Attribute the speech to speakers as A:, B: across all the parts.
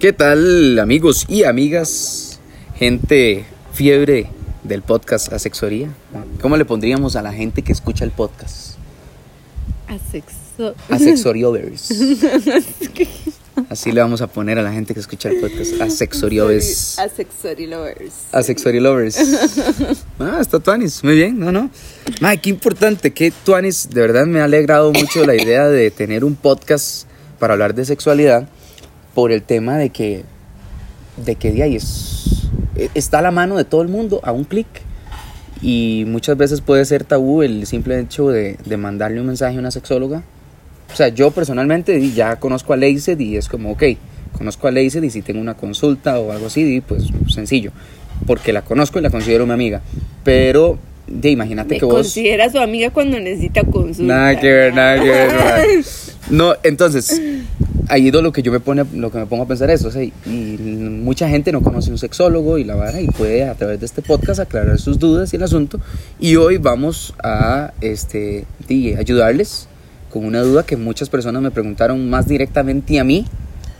A: ¿Qué tal amigos y amigas? Gente fiebre del podcast Asexoría. ¿Cómo le pondríamos a la gente que escucha el podcast?
B: Asexo.
A: Asexoriovers. Así le vamos a poner a la gente que escucha el podcast. Asexoriovers.
B: Asexori lovers.
A: Asexorilovers. Ah, está Tuanis. Muy bien, no, no. Mae, qué importante, que Tuanis. De verdad me ha alegrado mucho la idea de tener un podcast para hablar de sexualidad por el tema de que, de que de ahí es, e, está a la mano de todo el mundo, a un clic. Y muchas veces puede ser tabú el simple hecho de, de mandarle un mensaje a una sexóloga. O sea, yo personalmente di, ya conozco a Leised y es como, ok, conozco a Leised y si tengo una consulta o algo así, di, pues sencillo, porque la conozco y la considero mi amiga. Pero, de, imagínate
B: Me
A: que vos...
B: considera su amiga cuando necesita consulta.
A: Ah, Nada que ver, nada que ver. nada. No, entonces, ahí es lo que yo me pone, lo que me pongo a pensar es, o sea, y mucha gente no conoce un sexólogo y la vara y puede a través de este podcast aclarar sus dudas y el asunto. Y hoy vamos a este di, ayudarles con una duda que muchas personas me preguntaron más directamente a mí,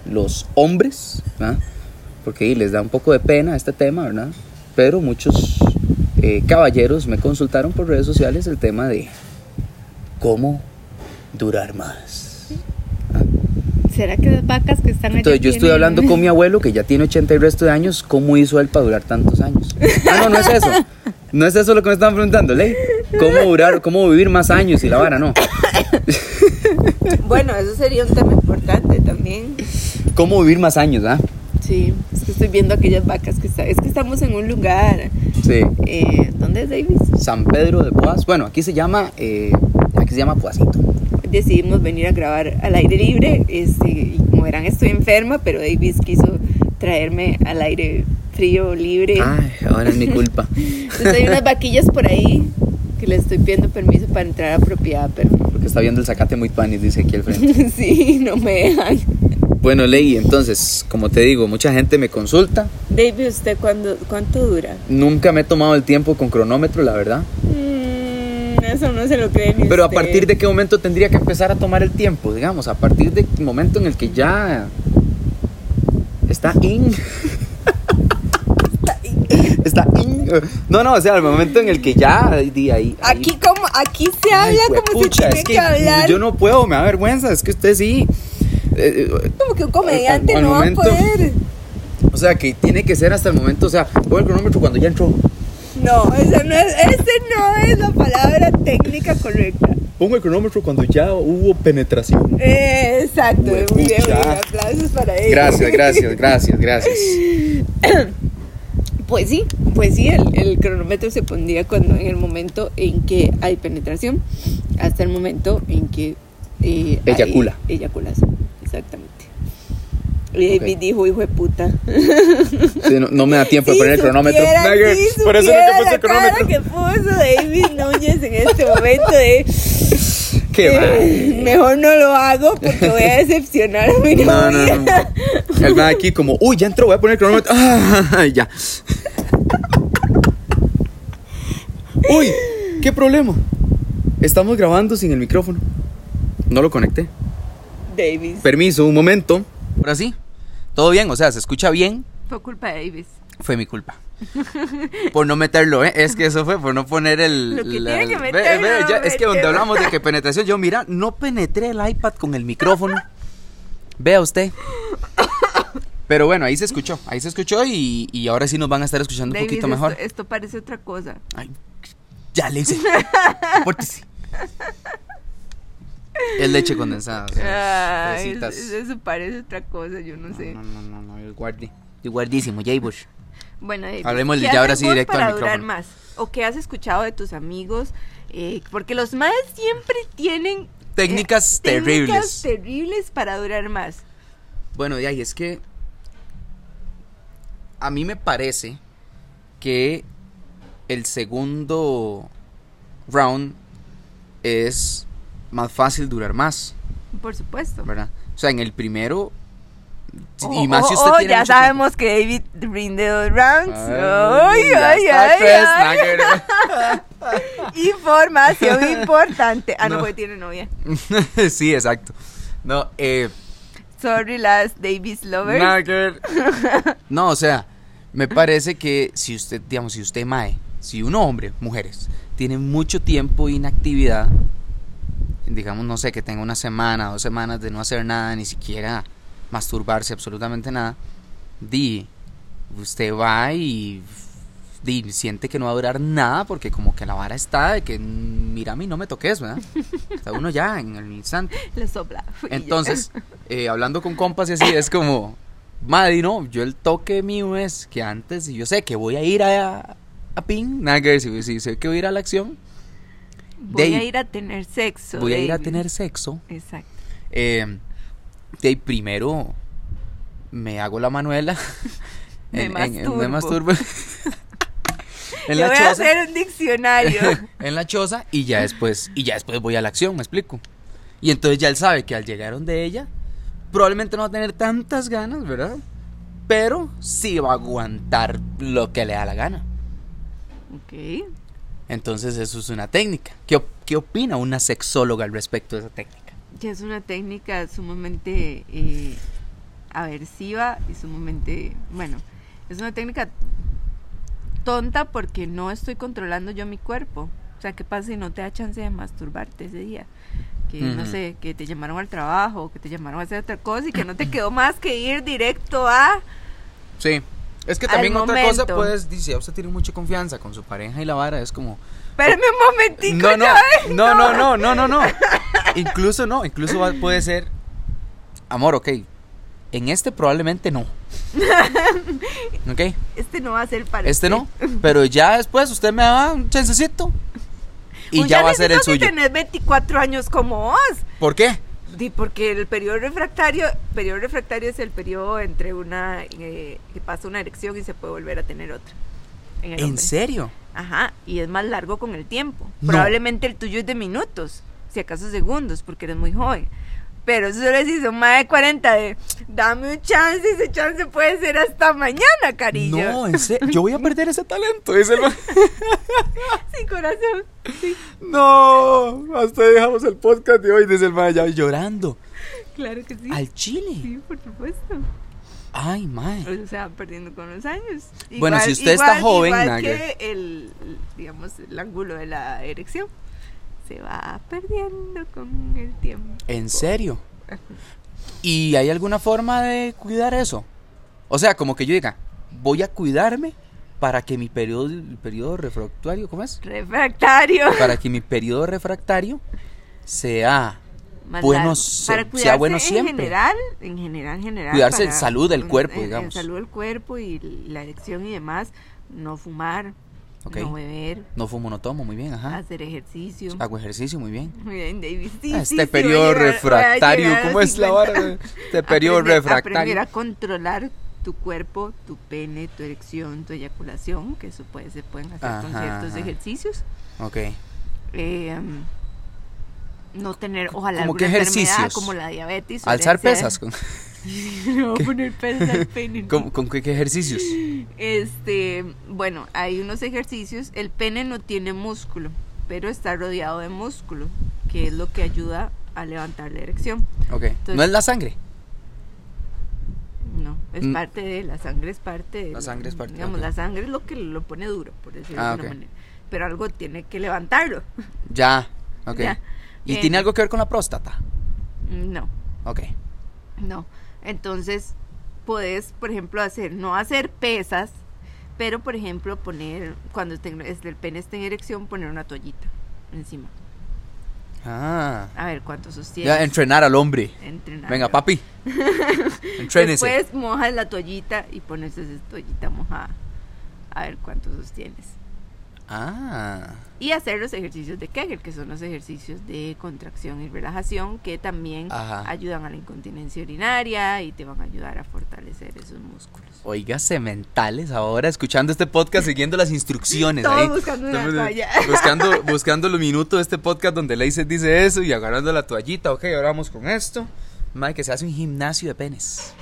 A: los hombres, ¿verdad? porque di, les da un poco de pena este tema, ¿verdad? Pero muchos eh, caballeros me consultaron por redes sociales el tema de cómo durar más.
B: ¿Será que las vacas que están allá
A: Entonces yo estoy
B: tienen-
A: hablando con mi abuelo que ya tiene 80 y resto de años, ¿cómo hizo él para durar tantos años? Ah, no, no es eso. No es eso lo que me están preguntando, Ley. ¿Cómo durar, cómo vivir más años y la vara? No.
C: Bueno, eso sería un tema importante también.
A: ¿Cómo vivir más años, ah?
B: Sí, es que estoy viendo aquellas vacas que están. Es que estamos en un lugar.
A: Sí.
B: Eh, ¿Dónde es Davis?
A: San Pedro de Poas. Bueno, aquí se llama, eh, aquí se llama Poasito.
B: Decidimos venir a grabar al aire libre. Este, y como verán, estoy enferma, pero Davis quiso traerme al aire frío, libre.
A: Ay, ahora es mi culpa.
B: Entonces hay unas vaquillas por ahí que le estoy pidiendo permiso para entrar a propiedad, pero
A: Porque está viendo el zacate muy panis, dice aquí al frente.
B: sí, no me dejan.
A: Bueno, Ley, entonces, como te digo, mucha gente me consulta.
C: David, ¿usted cuándo, cuánto dura?
A: Nunca me he tomado el tiempo con cronómetro, la verdad.
C: Mm, eso no se lo cree ni
A: Pero a
C: usted.
A: partir de qué momento tendría que empezar a tomar el tiempo, digamos, a partir del momento en el que ya está in. Está in. No, no, o sea, el momento en el que ya di ahí. ahí-
C: Aquí como aquí se habla
A: Ay,
C: como
A: juepucha,
C: se tiene
A: es
C: que, hablar.
A: Yo no puedo, me da vergüenza, es que usted sí. Eh, eh,
C: Como que un comediante
A: al- al
C: no
A: momento-
C: va a poder.
A: o sea, que tiene que ser hasta el momento, o sea, pongo el cronómetro cuando ya entró.
C: No, esa no es, ese no es la palabra técnica correcta.
A: Pongo el cronómetro cuando ya hubo penetración.
C: Eh, exacto,
A: Juepucha.
C: muy bien, muy bien. Aplausos para él.
A: Gracias, gracias, gracias, gracias.
B: Pues sí, pues sí, el, el cronómetro se pondría cuando en el momento en que hay penetración hasta el momento en que eh, hay-
A: Eyacula.
B: eyaculas, exactamente. Y David
A: Ok.
B: dijo, hijo de puta.
A: Sí, no, no me da tiempo de
C: Si
A: poner el cronómetro.
C: supiera-
A: Nagger,
C: si
A: por eso
C: supiera
A: no te puse
C: la
A: el cronómetro.
C: cara que puso David Núñez en este momento de
A: Qué
C: eh,
A: mal.
C: mejor no lo hago porque voy a decepcionar a mi
A: No,
C: novia.
A: no, no. El man aquí como, uy, ya entró, voy a poner el cronómetro. Ah, ya. Uy, qué problema. Estamos grabando sin el micrófono. No lo conecté.
B: Davis.
A: Permiso, un momento. Ahora sí. Todo bien, o sea, se escucha bien.
B: Fue culpa de Davis.
A: Fue mi culpa. Por no meterlo, ¿eh? Es que eso fue, por no poner el...
B: Lo que
A: la-
B: tiene que
A: ve-
B: meter,
A: ve,
B: no
A: ya, es que donde
B: meter.
A: hablamos de que penetración, yo mira, no penetré el iPad con el micrófono. Vea usted. Pero bueno, ahí se escuchó, ahí se escuchó y, y ahora sí nos van a estar escuchando un poquito mejor.
B: parece otra cosa.
A: Ay, ya le hice. Pórtese. Es leche condensada. o sea, fresitas.
B: Ah, eso parece otra cosa, yo no sé.
A: pues, No, no, no, no, el guardi. El guardísimo, Jay Bush.
B: Bueno, David,
A: Hablemos
B: ¿qué
A: ya ahora
B: haces
A: sí
B: vos
A: directo al
B: para
A: micrófono.
B: durar más? ¿O qué has escuchado de tus amigos? Eh, porque los más siempre tienen eh,
A: Técnicas terribles.
B: técnicas terribles para durar más.
A: Bueno, de ahí es que a mí me parece que el segundo round es más fácil durar más,
B: Por supuesto.
A: ¿verdad? O sea, en el primero si-
B: Oh,
A: y más si
B: oh,
A: usted
B: oh,
A: tiene
B: ya
A: mucho
B: sabemos que David rinde dos rounds.
A: tiempo.
B: Ay,
A: Ah, ya
B: ay,
A: está,
B: ay,
A: tres,
B: ay.
A: nada
B: Información importante. Ah, no,
A: No.
B: porque tiene novia.
A: que ver. sí, exacto. No, eh,
B: Sorry, las Davis Lovers.
A: Nada que ver. No, o sea, me parece que si usted, digamos, si usted mae, si un hombre, mujeres, tiene mucho tiempo de inactividad, digamos, no sé, que tenga una semana, dos semanas de no hacer nada, ni siquiera masturbarse, absolutamente nada, di, usted va y di, siente que no va a durar nada porque como que la vara está de que "Mm, mira a mí no me toques, ¿verdad? Está uno ya en el instante.
B: Le sopla. y ya.
A: Entonces, eh, hablando con compas y así, es como, Maddy, no, yo el toque mío es que antes, y yo sé que voy a ir a, a Ping, nada que ver, si, si sé que voy a ir a la acción,
B: Voy
A: Dave,
B: a ir a tener sexo.
A: voy a ir a
B: David.
A: tener sexo,
B: Exacto.
A: eh, de ahí primero me hago la manuela,
B: Me
A: me
B: masturbo.
A: masturbo. en,
B: Le
A: la
B: voy a
A: choza,
B: hacer un diccionario.
A: en la choza, y ya después, y ya después voy a la acción, me explico. Y entonces ya él sabe que al llegar donde ella, probablemente no va a tener tantas ganas, ¿verdad? Pero sí va a aguantar lo que le da la gana.
B: ok.
A: Entonces eso es una técnica. ¿Qué, op- qué opina una sexóloga al respecto de esa técnica?
B: Que es una técnica sumamente eh, aversiva y sumamente, bueno, es una técnica tonta porque no estoy controlando yo mi cuerpo. O sea, ¿qué pasa si no te da chance de masturbarte ese día? Que no
A: Ujú.
B: sé, que te llamaron al trabajo, que te llamaron a hacer otra cosa y que no te quedó más que ir directo a...
A: Sí. Es que
B: Al
A: también otra cosa,
B: momento.
A: pues, dice, usted tiene mucha confianza con su pareja y la vara, es como...
B: Espérame un momentico,
A: No, no,
B: Joel.
A: no, no, no, no, no, no. Incluso no, incluso va- puede ser... Amor, ok. En este probablemente no. Ok.
B: Este no va a ser para
A: Este
B: usted.
A: no, pero ya después usted me da un chancecito y
B: Un
A: ya va a ser el
B: chancecito si
A: suyo.
B: tenés 24 años como vos.
A: ¿Por qué?
B: Di, porque el periodo refractario, periodo refractario es el periodo entre una eh, que pasa una erección y se puede volver a tener otra. En el
A: ¿En
B: hombre.
A: serio?
B: Ajá, y es más largo con el tiempo.
A: No.
B: Probablemente el tuyo es de minutos, si acaso segundos, porque eres muy joven. Pero eso solo si son más de 40 de dame un chance, ese chance puede ser hasta mañana, cariño.
A: No, en serio. Yo voy a perder ese talento. dice el man.
B: Sí, corazón.
A: No, hasta ahí dejamos el podcast de hoy, dice el man, ya llorando.
B: Claro que sí.
A: Al chile.
B: Sí, por supuesto.
A: Ay, mae.
B: O sea, perdiendo con los años.
A: Bueno, si usted está joven,
B: igual
A: nada
B: que el, digamos, el ángulo de la erección se va perdiendo con el tiempo.
A: ¿En serio? ¿Y hay alguna forma de cuidar eso? O sea, como que yo diga, voy a cuidarme para que mi periodo, el periodo refractuario, ¿cómo es?
B: Refractario.
A: Para que mi periodo refractario sea
B: Más
A: Bueno,
B: largo.
A: se-
B: para
A: sea
B: cuidarse
A: bueno
B: en
A: siempre.
B: general, en general, en general.
A: Cuidarse en
B: para-
A: salud del
B: en-
A: cuerpo,
B: en- en
A: digamos.
B: salud del cuerpo y la erección y demás. No fumar,
A: Ok.
B: no beber,
A: No fumo, no tomo, muy bien, ajá.
B: hacer ejercicio.
A: Hago ejercicio, muy bien.
B: Muy bien, David. Ah, Sí,
A: Ah, este
B: sí, sí, voy a
A: periodo
B: llegar- voy a
A: refractario,
B: llegar a
A: ¿cómo
B: los
A: es la
B: 50.
A: vara? güey? Este periodo
B: Aprender- Aprender
A: refractario.
B: a controlar tu cuerpo, tu pene, tu erección, tu eyaculación, que eso puede, se pueden hacer con
A: Ajá,
B: ciertos
A: ajá.
B: ejercicios.
A: Ok.
B: Eh, no tener, ojalá,
A: ¿Cómo
B: alguna
A: qué
B: enfermedad
A: ejercicios?
B: como la diabetes. o
A: Alzar
B: herencia-
A: pesas. ¿Con,
B: Le voy a poner pesas al pene.
A: con, con qué, qué ejercicios?
B: Este, bueno, hay unos ejercicios. El pene no tiene músculo, pero está rodeado de músculo, que es lo que ayuda a levantar la erección.
A: Ok. ¿No es la sangre?
B: No, es
A: Mm.
B: parte de la sangre, es parte de.
A: La sangre es parte,
B: Digamos,
A: ok.
B: la sangre es lo que lo pone duro, por decirlo
A: Ah,
B: de
A: ok.
B: alguna manera. Pero algo tiene que levantarlo.
A: Ya. Ok.
B: Ya.
A: ¿Y
B: Eh,
A: tiene algo que ver con la próstata?
B: No,
A: Ok.
B: no. Entonces, podés, por ejemplo, hacer, no hacer pesas, pero por ejemplo, poner, cuando ten- es- el pene esté en erección, poner una toallita encima.
A: Ah.
B: A ver cuánto sostiene.
A: Ya, entrenar al hombre.
B: Entrenar.
A: Venga, papi. Entrénese.
B: Después mojas la toallita y pones esa toallita mojada. A ver cuánto sostienes.
A: Ah.
B: y hacer los ejercicios de Kegel, que son los ejercicios de contracción y relajación, que también
A: Ajá.
B: ayudan a la incontinencia urinaria y te van a ayudar a fortalecer esos músculos.
A: Oiga, sementales ahora, escuchando este podcast, siguiendo las instrucciones.
B: Todo
A: ahí.
B: buscando una
A: Estamos, eh,
B: toalla.
A: Buscando, buscando los minutos de este podcast donde Leices dice eso y agarrando la toallita. Ok, ahora vamos con esto. Mae, que se hace un gimnasio de penes.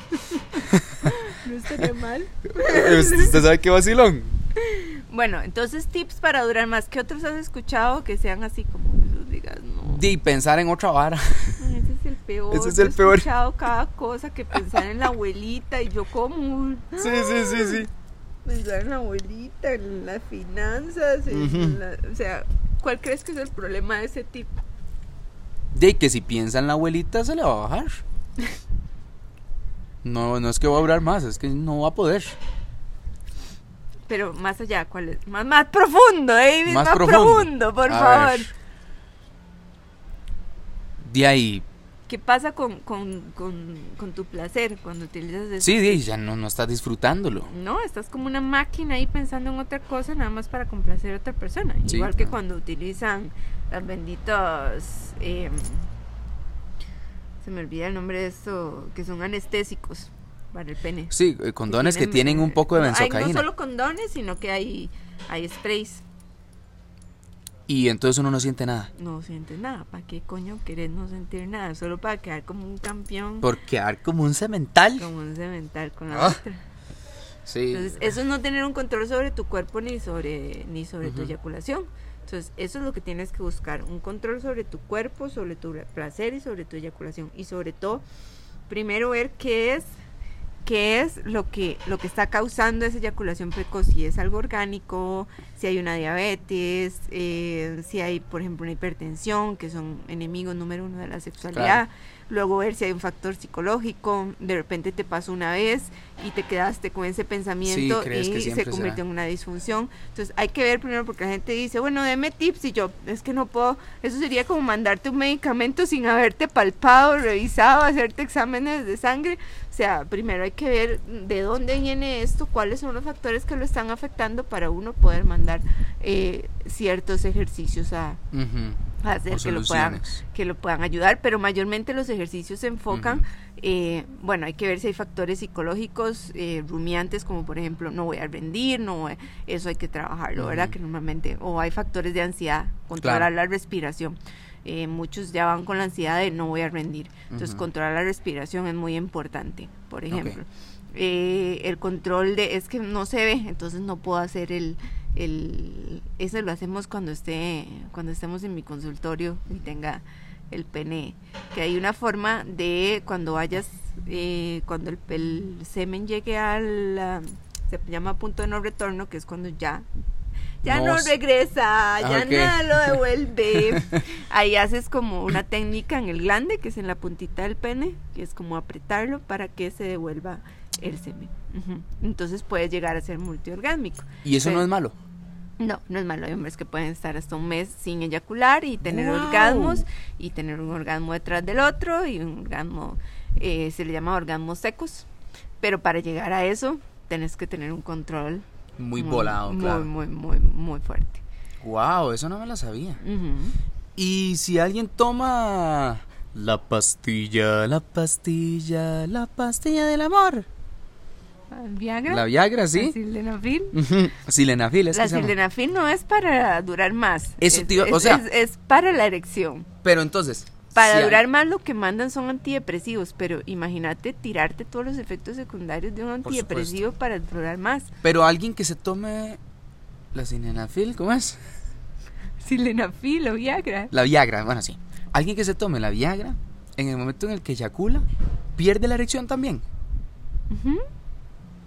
B: No estaría mal.
A: Eh, ¿Usted usted sabe qué vacilón?
B: Bueno, entonces tips para durar más. ¿Qué otros has escuchado que sean así como que los digas? No,
A: Y pensar en otra vara.
B: ese es el peor.
A: Ese es
B: yo
A: el
B: he
A: peor.
B: escuchado cada cosa que pensar en la abuelita y yo como
A: Sí, sí, sí, sí.
B: pensar en la abuelita, en las finanzas, en
A: Ujú.
B: la- o sea, ¿cuál crees que es el problema de ese tipo?
A: De que si piensa en la abuelita se le va a bajar. No, no es que va a durar más, es que no va a poder.
B: Pero más allá, ¿cuál es? Más, más profundo, David, más, profundo, por
A: A
B: favor.
A: ver. De ahí.
B: ¿Qué pasa con, con, con, con tu placer cuando utilizas eso?
A: Sí, de ahí ya no, no estás disfrutándolo.
B: No, estás como una máquina ahí pensando en otra cosa nada más para complacer a otra persona.
A: Sí,
B: Igual que
A: claro.
B: cuando utilizan las benditas... eh, se me olvida el nombre de esto, que son anestésicos para el pene.
A: Sí, eh, condones que tienen un poco de
B: no, hay
A: benzocaína.
B: no solo condones, sino que hay, hay sprays.
A: Y entonces uno no siente nada.
B: No sientes nada. ¿Para qué coño querés no sentir nada? Solo para quedar como un campeón,
A: Por quedar como un cemental.
B: como un cemental con la
A: Ah.
B: otra.
A: Sí.
B: Entonces, eso es no tener un control sobre tu cuerpo ni sobre, ni sobre tu eyaculación. Entonces, eso es lo que tienes que buscar, un control sobre tu cuerpo, sobre tu placer y sobre tu eyaculación. Y sobre todo, primero ver qué es, qué es lo que, lo que está causando esa eyaculación precoz, si es algo orgánico, si hay una diabetes, eh, si hay, por ejemplo, una hipertensión, que son enemigos número uno de la sexualidad. Luego ver si hay un factor psicológico, de repente te pasó una vez y te quedaste con ese pensamiento
A: crees que
B: y se
A: siempre
B: convirtió
A: será.
B: en una disfunción. Entonces hay que ver primero porque la gente dice, bueno, deme tips y yo, es que no puedo, eso sería como mandarte un medicamento sin haberte palpado, revisado, hacerte exámenes de sangre. O sea, primero hay que ver de dónde viene esto, cuáles son los factores que lo están afectando para uno poder mandar eh, ciertos ejercicios a,
A: Ujú.
B: a hacer
A: O
B: que lo puedan
A: soluciones.
B: que lo puedan ayudar, pero mayormente los ejercicios se enfocan,
A: Ujú.
B: eh, bueno, hay que ver si hay factores psicológicos eh, rumiantes, como por ejemplo, no voy a rendir, no voy- eso hay que trabajarlo, ¿verdad?
A: Ujú.
B: Que normalmente, o hay factores de ansiedad, controlar
A: Claro.
B: la respiración. Eh, muchos ya van con la ansiedad de no voy a rendir, entonces
A: Ujú.
B: controlar la respiración es muy importante, por
A: Ok.
B: ejemplo. Eh, el control de es que no se ve, entonces no puedo hacer el, el eso lo hacemos cuando esté cuando estemos en mi consultorio y tenga el pene que hay una forma de cuando vayas eh, cuando el, el semen llegue al ah, se llama punto de no retorno que es cuando ya ya
A: No
B: no,
A: s- Ah,
B: regresa, ya
A: ok.
B: nada lo devuelve. Ahí haces como una técnica en el glande, que es en la puntita del pene, que es como apretarlo para que se devuelva el semen. Ujú. Entonces puedes llegar a ser multiorgásmico.
A: Y eso
B: Sí.
A: no es malo.
B: No, no es malo. Hay hombres que pueden estar hasta un mes sin eyacular y tener
A: ¡Guau!
B: orgasmos y tener un orgasmo detrás del otro y un orgasmo, eh, se le llama orgasmos secos. Pero para llegar a eso, tenés que tener un control
A: Muy, volado,
B: muy,
A: claro.
B: Muy, muy, muy fuerte.
A: Wow, eso no me la sabía.
B: Ujú.
A: Y si alguien toma la pastilla, la pastilla, la pastilla del amor.
B: Viagra.
A: La Viagra,
B: la
A: ¿sí?
B: sildenafil.
A: Ujú. Silenafil, es
B: Ah, La
A: que se llama.
B: sildenafil no es para durar más.
A: Eso
B: es,
A: te iba- o
B: es-
A: sea-
B: es- es para la erección.
A: Pero entonces.
B: Para
A: si
B: durar
A: al-
B: más lo que mandan son antidepresivos, pero imagínate tirarte todos los efectos secundarios de un
A: Por supuesto.
B: antidepresivo para durar más.
A: Pero alguien que se tome la silenafil, ¿cómo es?
B: Silenafil o Viagra.
A: La Viagra, bueno, sí. Alguien que se tome la Viagra, en el momento en el que eyacula, pierde la erección también.
B: Ujú.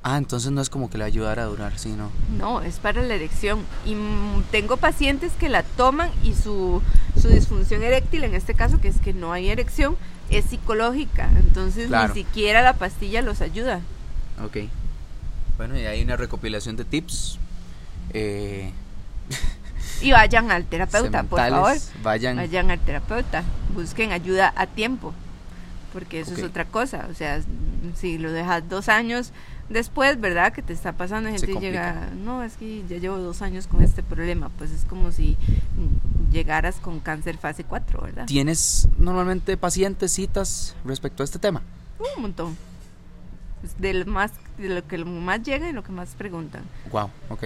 A: Ah, entonces no es como que le va a ayudar a durar, sino.
B: No, es para la erección. Y mm, tengo pacientes que la toman y su, su disfunción eréctil, en este caso, que es que no hay erección, es psicológica. Entonces
A: Claro.
B: ni siquiera la pastilla los ayuda.
A: Ok. Bueno, y hay una recopilación de tips. Eh,
B: Y vayan al terapeuta, por favor.
A: sementales. Vayan.
B: Vayan al terapeuta. Busquen ayuda a tiempo. Porque eso
A: Ok.
B: es otra cosa. O sea, si lo dejas dos años después, ¿verdad? Que te está pasando, hay
A: Se
B: gente que
A: complica.
B: llega, no, es que ya llevo dos años con este problema. Pues es como si mm, llegaras con cáncer fase 4, ¿verdad?
A: ¿Tienes normalmente pacientes, citas respecto a este tema?
B: Un montón. Es de, lo más, de lo que más llega y lo que más preguntan.
A: Wow, ok.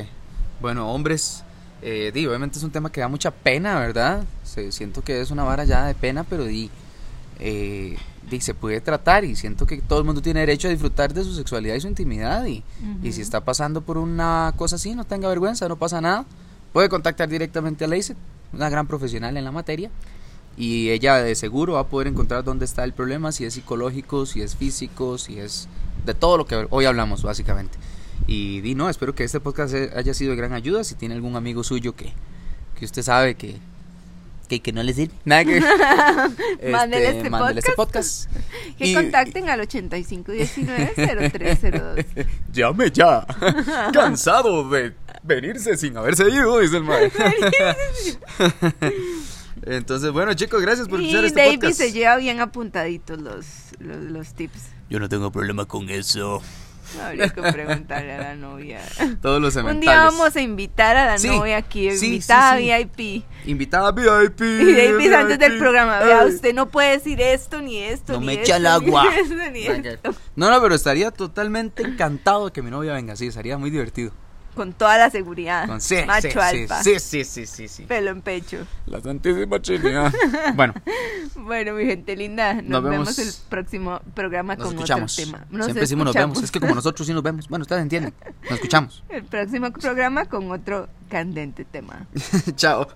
A: Bueno, hombres, eh, di, obviamente es un tema que da mucha pena, ¿verdad? Se- siento que es una vara ya de pena, pero di, eh, di, se puede tratar y siento que todo el mundo tiene derecho a disfrutar de su sexualidad y su intimidad. Y, y si
B: Ujú.
A: está pasando por una cosa así, no tenga vergüenza, no pasa nada. Puede contactar directamente a Lacey, una gran profesional en la materia. y ella de seguro va a poder encontrar dónde está el problema, si es psicológico, si es físico, si es de todo lo que hoy hablamos básicamente. Y, di no, espero que este podcast haya sido de gran ayuda, si tiene algún amigo suyo que, que usted sabe que, que, que no le sirve, nada que... este,
B: Mándele este
A: mándele este podcast.
B: Que
A: Y-
B: contacten al 8519-0302.
A: Llame ya. Cansado de venirse sin haberse ido, dice el mae. Entonces, bueno, chicos, gracias por
B: y
A: escuchar este
B: David
A: podcast.
B: se lleva bien apuntaditos los, los, los tips.
A: Yo no tengo problema con eso.
B: Habría que preguntarle a la novia.
A: Todos los
B: Un
A: sementales.
B: día vamos a invitar a la
A: Sí,
B: novia aquí,
A: sí, sí,
B: invitada
A: sí.
B: VIP.
A: Invitada VIP.
B: Y David antes del programa, vea,
A: Ay.
B: usted no puede decir esto, ni esto,
A: No
B: ni
A: me
B: esto,
A: echa al
B: ni
A: agua.
B: esto, ni esto.
A: No, no, pero estaría totalmente encantado de que mi novia venga. Sí, estaría muy divertido.
B: Con toda la seguridad.
A: Con- sí,
B: Ah, Macho
A: sí, sí,
B: alfa.
A: sí, sí, sí, sí, sí.
B: Pelo en pecho.
A: La Santísima Trinidad. Bueno,
B: Bueno, mi gente linda, nos,
A: Nos
B: vemos.
A: vemos.
B: el próximo programa
A: nos
B: con
A: escuchamos.
B: otro tema.
A: Siempre decimos nos
B: escuchamos.
A: vemos. Es que como nosotros sí nos vemos. Bueno, ustedes entienden. Nos escuchamos.
B: El próximo programa con otro candente tema.
A: Chao.